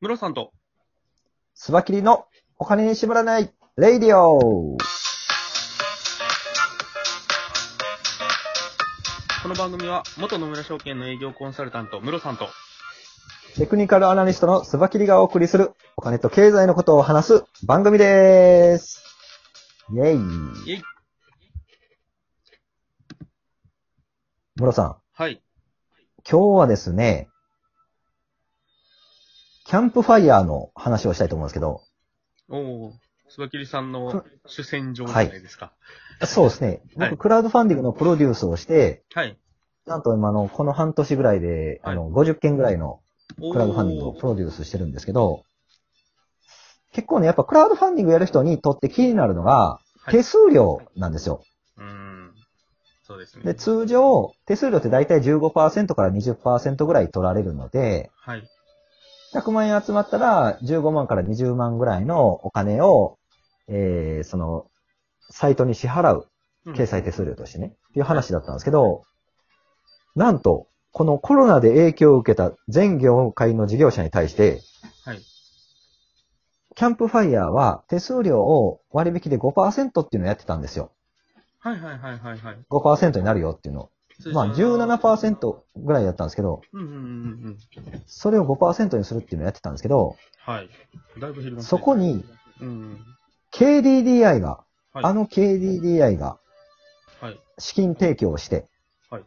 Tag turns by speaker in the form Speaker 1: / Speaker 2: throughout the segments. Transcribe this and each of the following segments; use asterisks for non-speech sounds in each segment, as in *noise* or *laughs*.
Speaker 1: ムロさんと。
Speaker 2: スバキリのお金に縛らないレイディオ
Speaker 1: この番組は、元野村証券の営業コンサルタント、ムロさんと。
Speaker 2: テクニカルアナリストのスバキリがお送りするお金と経済のことを話す番組です。イェイ。
Speaker 1: イェイ
Speaker 2: ムロさん、
Speaker 1: はい。
Speaker 2: 今日はですね、キャンプファイヤーの話をしたいと思うんですけど、
Speaker 1: おー、スバキリさんの主戦場じゃないですか。
Speaker 2: そうですね。
Speaker 1: はい
Speaker 2: 僕、クラウドファンディングのプロデュースをして、
Speaker 1: はい。
Speaker 2: なんと今の、この半年ぐらいで、あの、50件ぐらいの
Speaker 1: おー
Speaker 2: クラウドファンディングをプロデュースしてるんですけど、結構ね、やっぱクラウドファンディングやる人にとって気になるのが、
Speaker 1: はい
Speaker 2: 手数料なんですよ。
Speaker 1: うーん。そうですね
Speaker 2: で、。通常、手数料って大体15%から20%ぐらい取られるので、
Speaker 1: はい。
Speaker 2: 100万円集まったら15万から20万ぐらいのお金を、えー、その、サイトに支払う
Speaker 1: うん
Speaker 2: 掲載手数料としてね、っていう話だったんですけど、なんと、このコロナで影響を受けた全業界の事業者に対して、
Speaker 1: はい
Speaker 2: キャンプファイヤーは手数料を割引で5%っていうのをやってたんですよ。
Speaker 1: はいはいはいはいはい。
Speaker 2: 5%になるよっていうの。まあ17%ぐらいだったんですけど、
Speaker 1: うんうんうんうん。
Speaker 2: それを5%にするっていうのをやってたんですけど、
Speaker 1: はい。だいぶ減りますね
Speaker 2: そこに
Speaker 1: うん。
Speaker 2: KDDI が、
Speaker 1: はい
Speaker 2: あの KDDI が
Speaker 1: はい。
Speaker 2: 資金提供をして、
Speaker 1: はい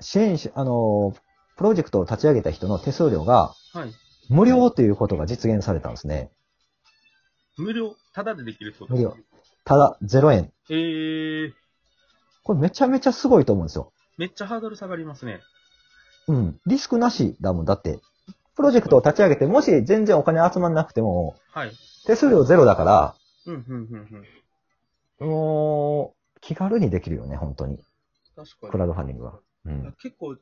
Speaker 2: 支援し、あの、プロジェクトを立ち上げた人の手数料が
Speaker 1: はい。
Speaker 2: 無料ということが実現されたんですね。
Speaker 1: 無料、タダでできるってこと
Speaker 2: 無料。。ただ、0円。
Speaker 1: えー、
Speaker 2: これめちゃめちゃすごいと思うんですよ。
Speaker 1: めっちゃハードル下がりますね。
Speaker 2: うん。リスクなしだもん。だって、プロジェクトを立ち上げて、もし全然お金集まんなくても、
Speaker 1: はい。
Speaker 2: 手数料ゼロだから、
Speaker 1: うんうんうんうん。
Speaker 2: もう、気軽にできるよね、本当に。
Speaker 1: 確かに。
Speaker 2: クラウドファンディングは。うん。
Speaker 1: 結構、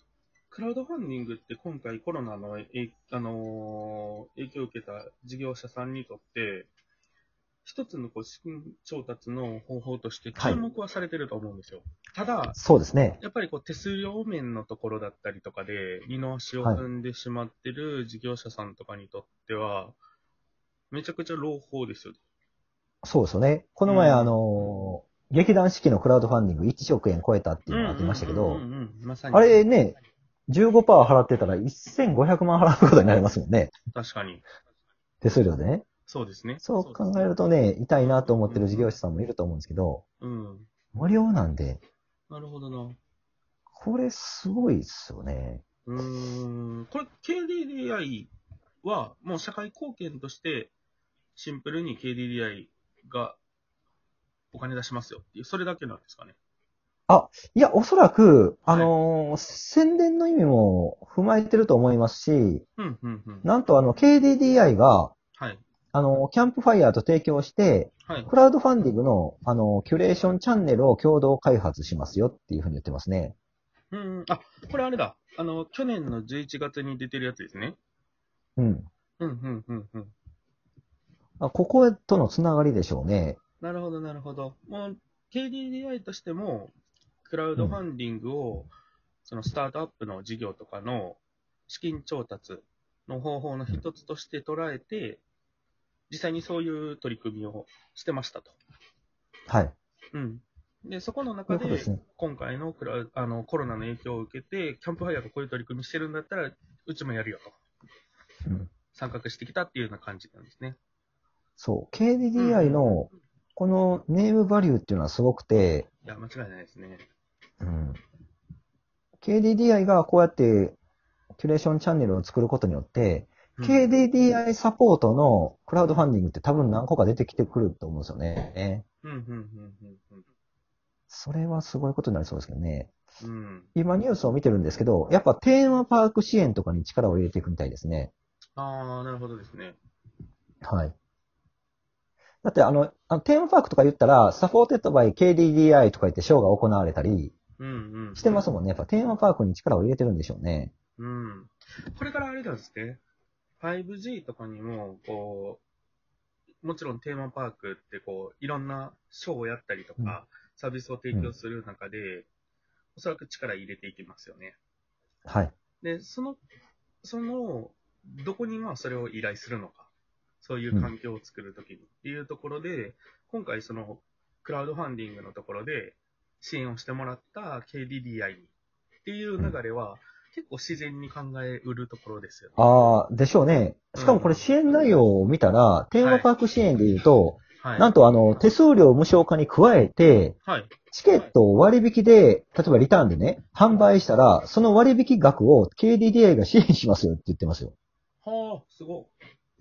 Speaker 1: クラウドファンディングって今回コロナのえい、あのー影響を受けた事業者さんにとって、一つのこう資金調達の方法として
Speaker 2: はい
Speaker 1: 注目はされてると思うんですよ。ただ、
Speaker 2: そうですね。
Speaker 1: やっぱりこう手数料面のところだったりとかで、二の足を
Speaker 2: はい
Speaker 1: 踏んでしまってる事業者さんとかにとっては、めちゃくちゃ朗報ですよ。
Speaker 2: そうですよね。この前、
Speaker 1: うん
Speaker 2: あのー劇団四季のクラウドファンディング1億円超えたっていうのがありましたけ
Speaker 1: うんう
Speaker 2: ど
Speaker 1: んう、んうんまさに。
Speaker 2: あれね、15%払ってたら1500万払うことになりますもんね。
Speaker 1: 確かに。
Speaker 2: 手数料でね。
Speaker 1: そうですね。
Speaker 2: そう考えるとね、痛いなと思ってる事業者さんもいると思うんですけど、
Speaker 1: うん。
Speaker 2: 無料なんで、
Speaker 1: なるほどな。
Speaker 2: これすごいっすよね。
Speaker 1: うーん、これ、KDDI は、もう社会貢献として、シンプルに KDDI がお金出しますよっていう、それだけなんですかね。
Speaker 2: いや、おそらく、
Speaker 1: はい
Speaker 2: あのー宣伝の意味も踏まえてると思いますし、
Speaker 1: うん、うん、うん。
Speaker 2: なんとあの、KDDI が、
Speaker 1: はい。
Speaker 2: あのーキャンプファイヤーと提供して、
Speaker 1: はい。
Speaker 2: クラウドファンディングの、あの、キュレーションチャンネルを共同開発しますよっていうふうに言ってますね。
Speaker 1: うん、あ、これあれだ。あの、去年の11月に出てるやつですね。
Speaker 2: うん。
Speaker 1: うん、うん、うん、うん。
Speaker 2: あこことのつながりでしょうね。
Speaker 1: なるほど、なるほど。もう、KDDI としても、クラウドファンディングを、そのスタートアップの事業とかの資金調達の方法の一つとして捉えて、実際にそういう取り組みをしてましたと。
Speaker 2: はい。
Speaker 1: うん。で、そこの
Speaker 2: とい
Speaker 1: 中
Speaker 2: うことで、
Speaker 1: です
Speaker 2: ね。
Speaker 1: 今回のクラあのコロナの影響を受けて、キャンプファイヤーがこういう取り組みしてるんだったら、うちもやるよと。
Speaker 2: うん
Speaker 1: 参画してきたっていうような感じなんですね。
Speaker 2: そう。KDDI の、このネームバリューっていうのはすごくて、
Speaker 1: いや、間違いないですね。
Speaker 2: うん。KDDI がこうやって、キュレーションチャンネルを作ることによって、
Speaker 1: うん
Speaker 2: KDDI サポートのクラウドファンディングって多分何個か出てきてくると思うんですよね。
Speaker 1: うん、うん、うん、うん
Speaker 2: それはすごいことになりそうですけどね。
Speaker 1: うん。うん。
Speaker 2: 今ニュースを見てるんですけど、やっぱテーマパーク支援とかに力を入れていくみたいですね。
Speaker 1: ああ、なるほどですね。
Speaker 2: はい。だってあの、あのテーマパークとか言ったら、サポーテッドバイ KDDI とか言ってショーが行われたり
Speaker 1: うんうん。
Speaker 2: してますもんね。やっぱテーマパークに力を入れてるんでしょうね。
Speaker 1: うん。これからあれなんですね。5G とかにも、こう、もちろんテーマパークって、こう、いろんなショーをやったりとか、
Speaker 2: うん
Speaker 1: サービスを提供する中で、おそらく力入れていきますよね。
Speaker 2: はい。
Speaker 1: で、そのその、どこにまあそれを依頼するのか、そういう環境を作るときにっていうところで、今回その、クラウドファンディングのところで支援をしてもらった KDDI にっていう流れは、結構自然に考えうるところですよね。
Speaker 2: ああ、でしょうね。しかもこれ支援内容を見たら、テーマパーク支援で言うと、
Speaker 1: はい。
Speaker 2: なんとあの、手数料無償化に加えて、
Speaker 1: はい。
Speaker 2: チケットを割引で、例えばリターンでね、販売したら、その割引額を KDDI が支援しますよって言ってますよ。
Speaker 1: はあ、すご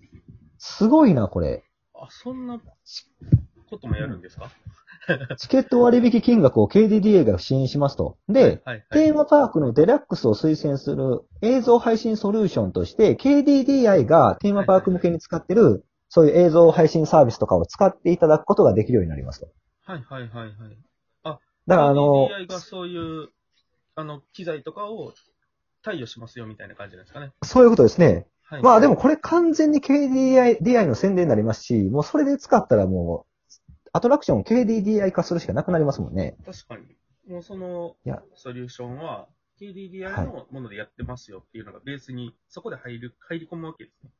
Speaker 1: い。
Speaker 2: すごいな、これ。
Speaker 1: あ、そんなこともやるんですか、
Speaker 2: チケット割引金額を KDDI が支援しますと。で、
Speaker 1: はい、はい。
Speaker 2: テーマパークのデラックスを推薦する映像配信ソリューションとして、KDDI がテーマパーク向けに使ってる、そういう映像配信サービスとかを使っていただくことができるようになりますと。
Speaker 1: はいはいはいはい。
Speaker 2: だからあの、
Speaker 1: KDDI がそういう、あの、機材とかを貸与しますよみたいな感じなんですかね。
Speaker 2: そういうことですね。
Speaker 1: はい。
Speaker 2: まあでも、これ完全に KDDI の宣伝になりますし、もうそれで使ったらもう、アトラクションを KDDI 化するしかなくなりますもんね。
Speaker 1: 確かに。もうその
Speaker 2: いや、
Speaker 1: ソリューションは、KDDI のものでやってますよっていうのがベースに、そこで入る、入り込むわけですね。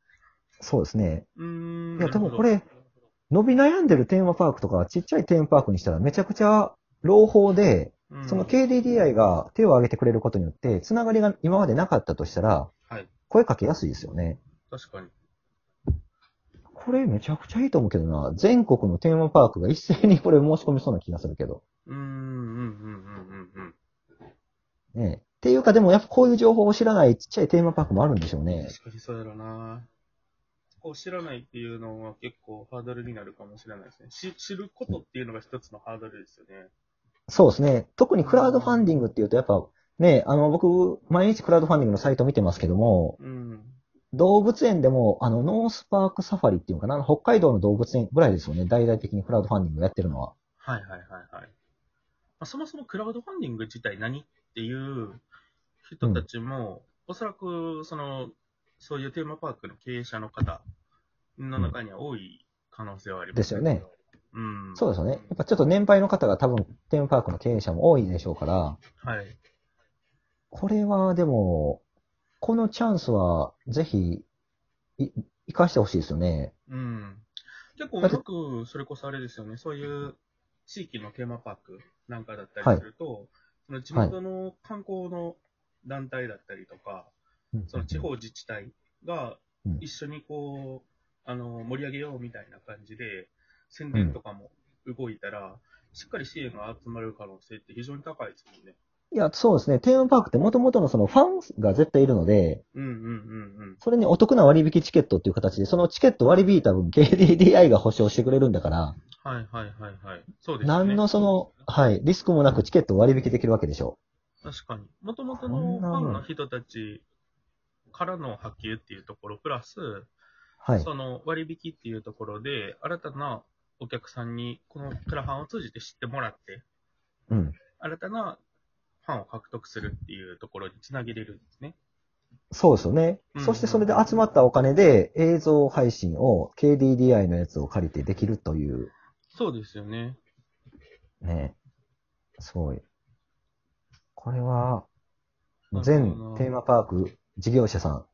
Speaker 2: そうですね。
Speaker 1: うーん。
Speaker 2: いや、多分こ
Speaker 1: な
Speaker 2: れ
Speaker 1: るほど、
Speaker 2: 伸び悩んでるテーマパークとか、ちっちゃいテーマパークにしたらめちゃくちゃ朗報で、
Speaker 1: うん
Speaker 2: その KDDI が手を挙げてくれることによって、つながりが今までなかったとしたら
Speaker 1: はい、
Speaker 2: 声かけやすいですよね。
Speaker 1: 確かに。
Speaker 2: これめちゃくちゃいいと思うけどな。全国のテーマパークが一斉にこれ申し込みそうな気がするけど。
Speaker 1: うーん、うん、うん、うん、うん。
Speaker 2: ねえ。っていうかでもやっぱこういう情報を知らないちっちゃいテーマパークもあるんでしょうね。
Speaker 1: 確かにそうやろな。こう知らないっていうのは結構ハードルになるかもしれないですね。し知ることっていうのが一つのハードルですよね。
Speaker 2: そうですね。特にクラウドファンディングっていうとやっぱ、ね、あの、僕、毎日クラウドファンディングのサイト見てますけども、
Speaker 1: うん。
Speaker 2: 動物園でも、あの、ノースパークサファリっていうのかな、北海道の動物園ぐらいですよね、大々的にクラウドファンディングやってるのは。
Speaker 1: はいはいはいはい。まあ、そもそもクラウドファンディング自体何っていう人たちも、おそらく、その、そういうテーマパークの経営者の方の中には多い可能性はあります、
Speaker 2: ですよね。
Speaker 1: うん。
Speaker 2: そうですよね。やっぱちょっと年配の方が多分、テーマパークの経営者も多いでしょうから、
Speaker 1: はい。
Speaker 2: これはでも、このチャンスは、ぜひ、い、生かしてほしいですよね。
Speaker 1: うん。結構うまく、それこそあれですよね、そういう地域のテーマパークなんかだったりすると、その地元の観光の団体だったりとか、その地方自治体が
Speaker 2: うん
Speaker 1: 一緒にこう、あの、盛り上げようみたいな感じで、宣伝とかも動いたら、しっかり支援が集まる可能性って非常に高いですもんね。
Speaker 2: いや、そうですね。テーマパークって元々のそのファンが絶対いるので、
Speaker 1: うんうんうんうん。
Speaker 2: それにお得な割引チケットっていう形で、そのチケット割り引いた分、KDDI が保証してくれるんだから、
Speaker 1: はいはいはいはい。そうですね。
Speaker 2: 何のその、はい、リスクもなくチケットを割引できるわけでしょ
Speaker 1: 確かに。もともと
Speaker 2: こ
Speaker 1: のフ
Speaker 2: んなの
Speaker 1: ァンの人たちからの波及っていうところ、プラス、
Speaker 2: う。はい。
Speaker 1: その割引っていうところで、新たなお客さんに、このクラファンを通じて知ってもらって、
Speaker 2: うん。
Speaker 1: 新たなファンを獲得するっていうところにつなげれるんですね。
Speaker 2: そうですよね
Speaker 1: う。ん
Speaker 2: そしてそれで集まったお金で映像配信を KDDI のやつを借りてできるという、
Speaker 1: そうですよね。
Speaker 2: ね。すごい。これは、
Speaker 1: な
Speaker 2: 全
Speaker 1: るほどな
Speaker 2: テーマパーク事業者さん、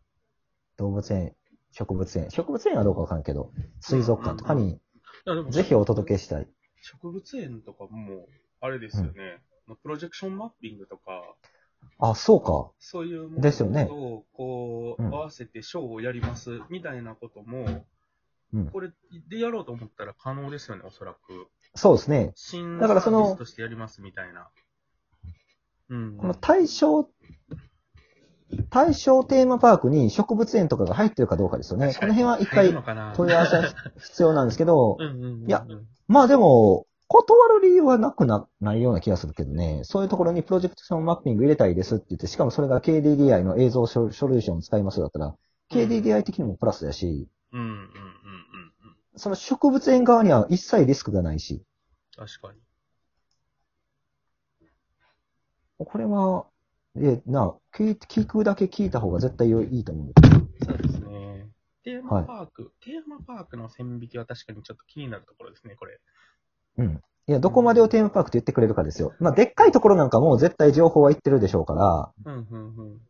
Speaker 2: 動物園、植物園、植物園はどうかわかんないけど、水族館とか
Speaker 1: うん
Speaker 2: に
Speaker 1: いやでも
Speaker 2: ぜひお届けしたい。
Speaker 1: 植物園とかも、あれですよね、まあプロジェクションマッピングとか、
Speaker 2: あ、そうか。
Speaker 1: そういうも
Speaker 2: ですよね
Speaker 1: のと、こう、
Speaker 2: うん
Speaker 1: 合わせてショーをやりますみたいなことも、
Speaker 2: うん
Speaker 1: これでやろうと思ったら可能ですよね、おそらく。
Speaker 2: そうですね。
Speaker 1: 新サ
Speaker 2: だからその
Speaker 1: ービスとしてやりますみたいな。うん。
Speaker 2: この対象、対象テーマパークに植物園とかが入ってるかどうかですよね。
Speaker 1: 確
Speaker 2: こ
Speaker 1: か
Speaker 2: の
Speaker 1: に
Speaker 2: 辺は一
Speaker 1: 入る
Speaker 2: 回
Speaker 1: のかな
Speaker 2: 問い合わせが必要なんですけど
Speaker 1: う、んうんうんうん。
Speaker 2: いやまあでも、断る理由はなくな、ないような気がするけどね。そういうところにプロジェクションマッピング入れたいですって言って、しかもそれが KDDI の映像ソソリューションを使いますだったら、KDDI 的にもプラスだし、
Speaker 1: うんうんうんうんうん。
Speaker 2: その植物園側には一切リスクがないし、
Speaker 1: 確かに。
Speaker 2: これは、え、な、聞い聞くだけ聞いた方が絶対よいいと思う。
Speaker 1: そうですね。テーマパーク、テーマパークの線引きは確かにちょっと気になるところですね、これ。
Speaker 2: うん。いや、どこまでをテーマパークと言ってくれるかですよ。まあ、でっかいところなんかもう絶対情報は言ってるでしょうから、
Speaker 1: うんうんうん。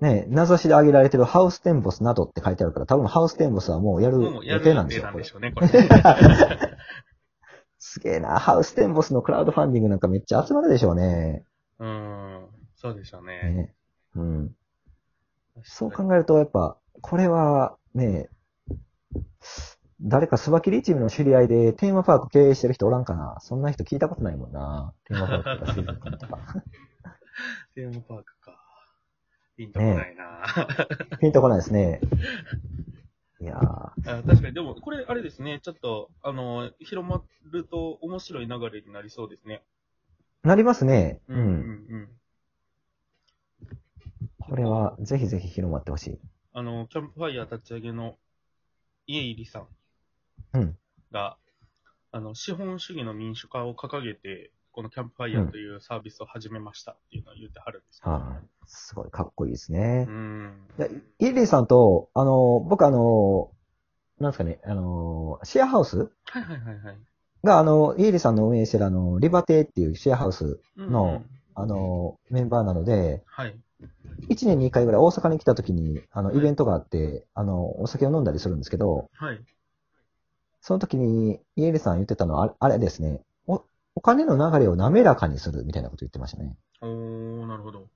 Speaker 2: ね、名指しで挙げられてるハウステンボスなどって書いてあるから、多分ハウステンボスはもうやる
Speaker 1: もうや
Speaker 2: 予
Speaker 1: る
Speaker 2: 定
Speaker 1: 予
Speaker 2: なんです
Speaker 1: 定
Speaker 2: よ
Speaker 1: な。ん
Speaker 2: こ
Speaker 1: で
Speaker 2: れ
Speaker 1: しょうね、これ。 *laughs*
Speaker 2: すげえな、ハウステンボスのクラウドファンディングなんかめっちゃ集まるでしょうね。
Speaker 1: うーん、そうでしょうね。
Speaker 2: ねうん、そう考えると、やっぱ、これはね、誰かスバキリチームの知り合いでテーマパーク経営してる人おらんかなそんな人聞いたことないもんな。テーマパークとか水族館
Speaker 1: *laughs*
Speaker 2: とか。
Speaker 1: テーマパークか。ピンとこないな、
Speaker 2: ピンとこないですね。いやー。
Speaker 1: あ確かに、でも、これ、あれですね、ちょっと、あの、広まると面白い流れになりそうですね。
Speaker 2: なりますね。う。
Speaker 1: うん、うん、うんん。
Speaker 2: これは、ぜひぜひ広まってほしい。
Speaker 1: あの、キャンプファイヤー立ち上げの家入さん
Speaker 2: うん
Speaker 1: が、あの、資本主義の民主化を掲げて、このキャンプファイヤーというサービスを始めましたっていうのを言ってはるんですけど
Speaker 2: はい、すごいかっこいいです
Speaker 1: う
Speaker 2: ね。
Speaker 1: ん。
Speaker 2: でイエリーさんと、あの、僕あの、なんですかね、あの、シェアハウス
Speaker 1: はいはいはいはい。
Speaker 2: が、あの、イエリーさんの運営してるあの、リバテっていうシェアハウス、
Speaker 1: うんうん
Speaker 2: の、あの、メンバーなので、
Speaker 1: はい。
Speaker 2: 1年に1回ぐらい大阪に来た時に、あの、
Speaker 1: はい
Speaker 2: イベントがあって、あの、お酒を飲んだりするんですけど、
Speaker 1: はい。
Speaker 2: その時に、イエリーさん言ってたのは、あれあれですね、お、お金の流れを滑らかにするみたいなこと言ってましたね。
Speaker 1: おー、なるほど。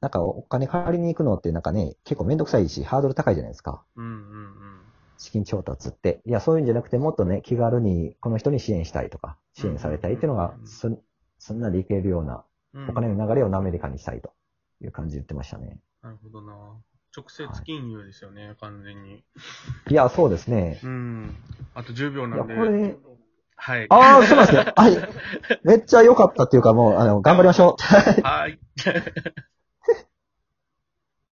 Speaker 2: なんかお金借りに行くのってなんかね、結構めんどくさいし、ハードル高いじゃないですか。
Speaker 1: うんうん
Speaker 2: 資金調達って。いや、そういうんじゃなくて、もっとね、気軽にこの人に支援したいとか、支援されたいっていうのが
Speaker 1: うん、
Speaker 2: そんそんなでいけるような、
Speaker 1: うん。うん
Speaker 2: お金の流れを滑らかにしたいという感じで言ってましたね。
Speaker 1: なるほどな。直接金融ですよね、完全に。
Speaker 2: いや、そうですね。
Speaker 1: うん。あと10秒
Speaker 2: い
Speaker 1: な
Speaker 2: や、
Speaker 1: ん
Speaker 2: こ
Speaker 1: で。
Speaker 2: れ、
Speaker 1: はい。
Speaker 2: ああ、そうなんですね。はい。めっちゃ良かったっていうか、もう、あの、頑張りましょう。
Speaker 1: はい。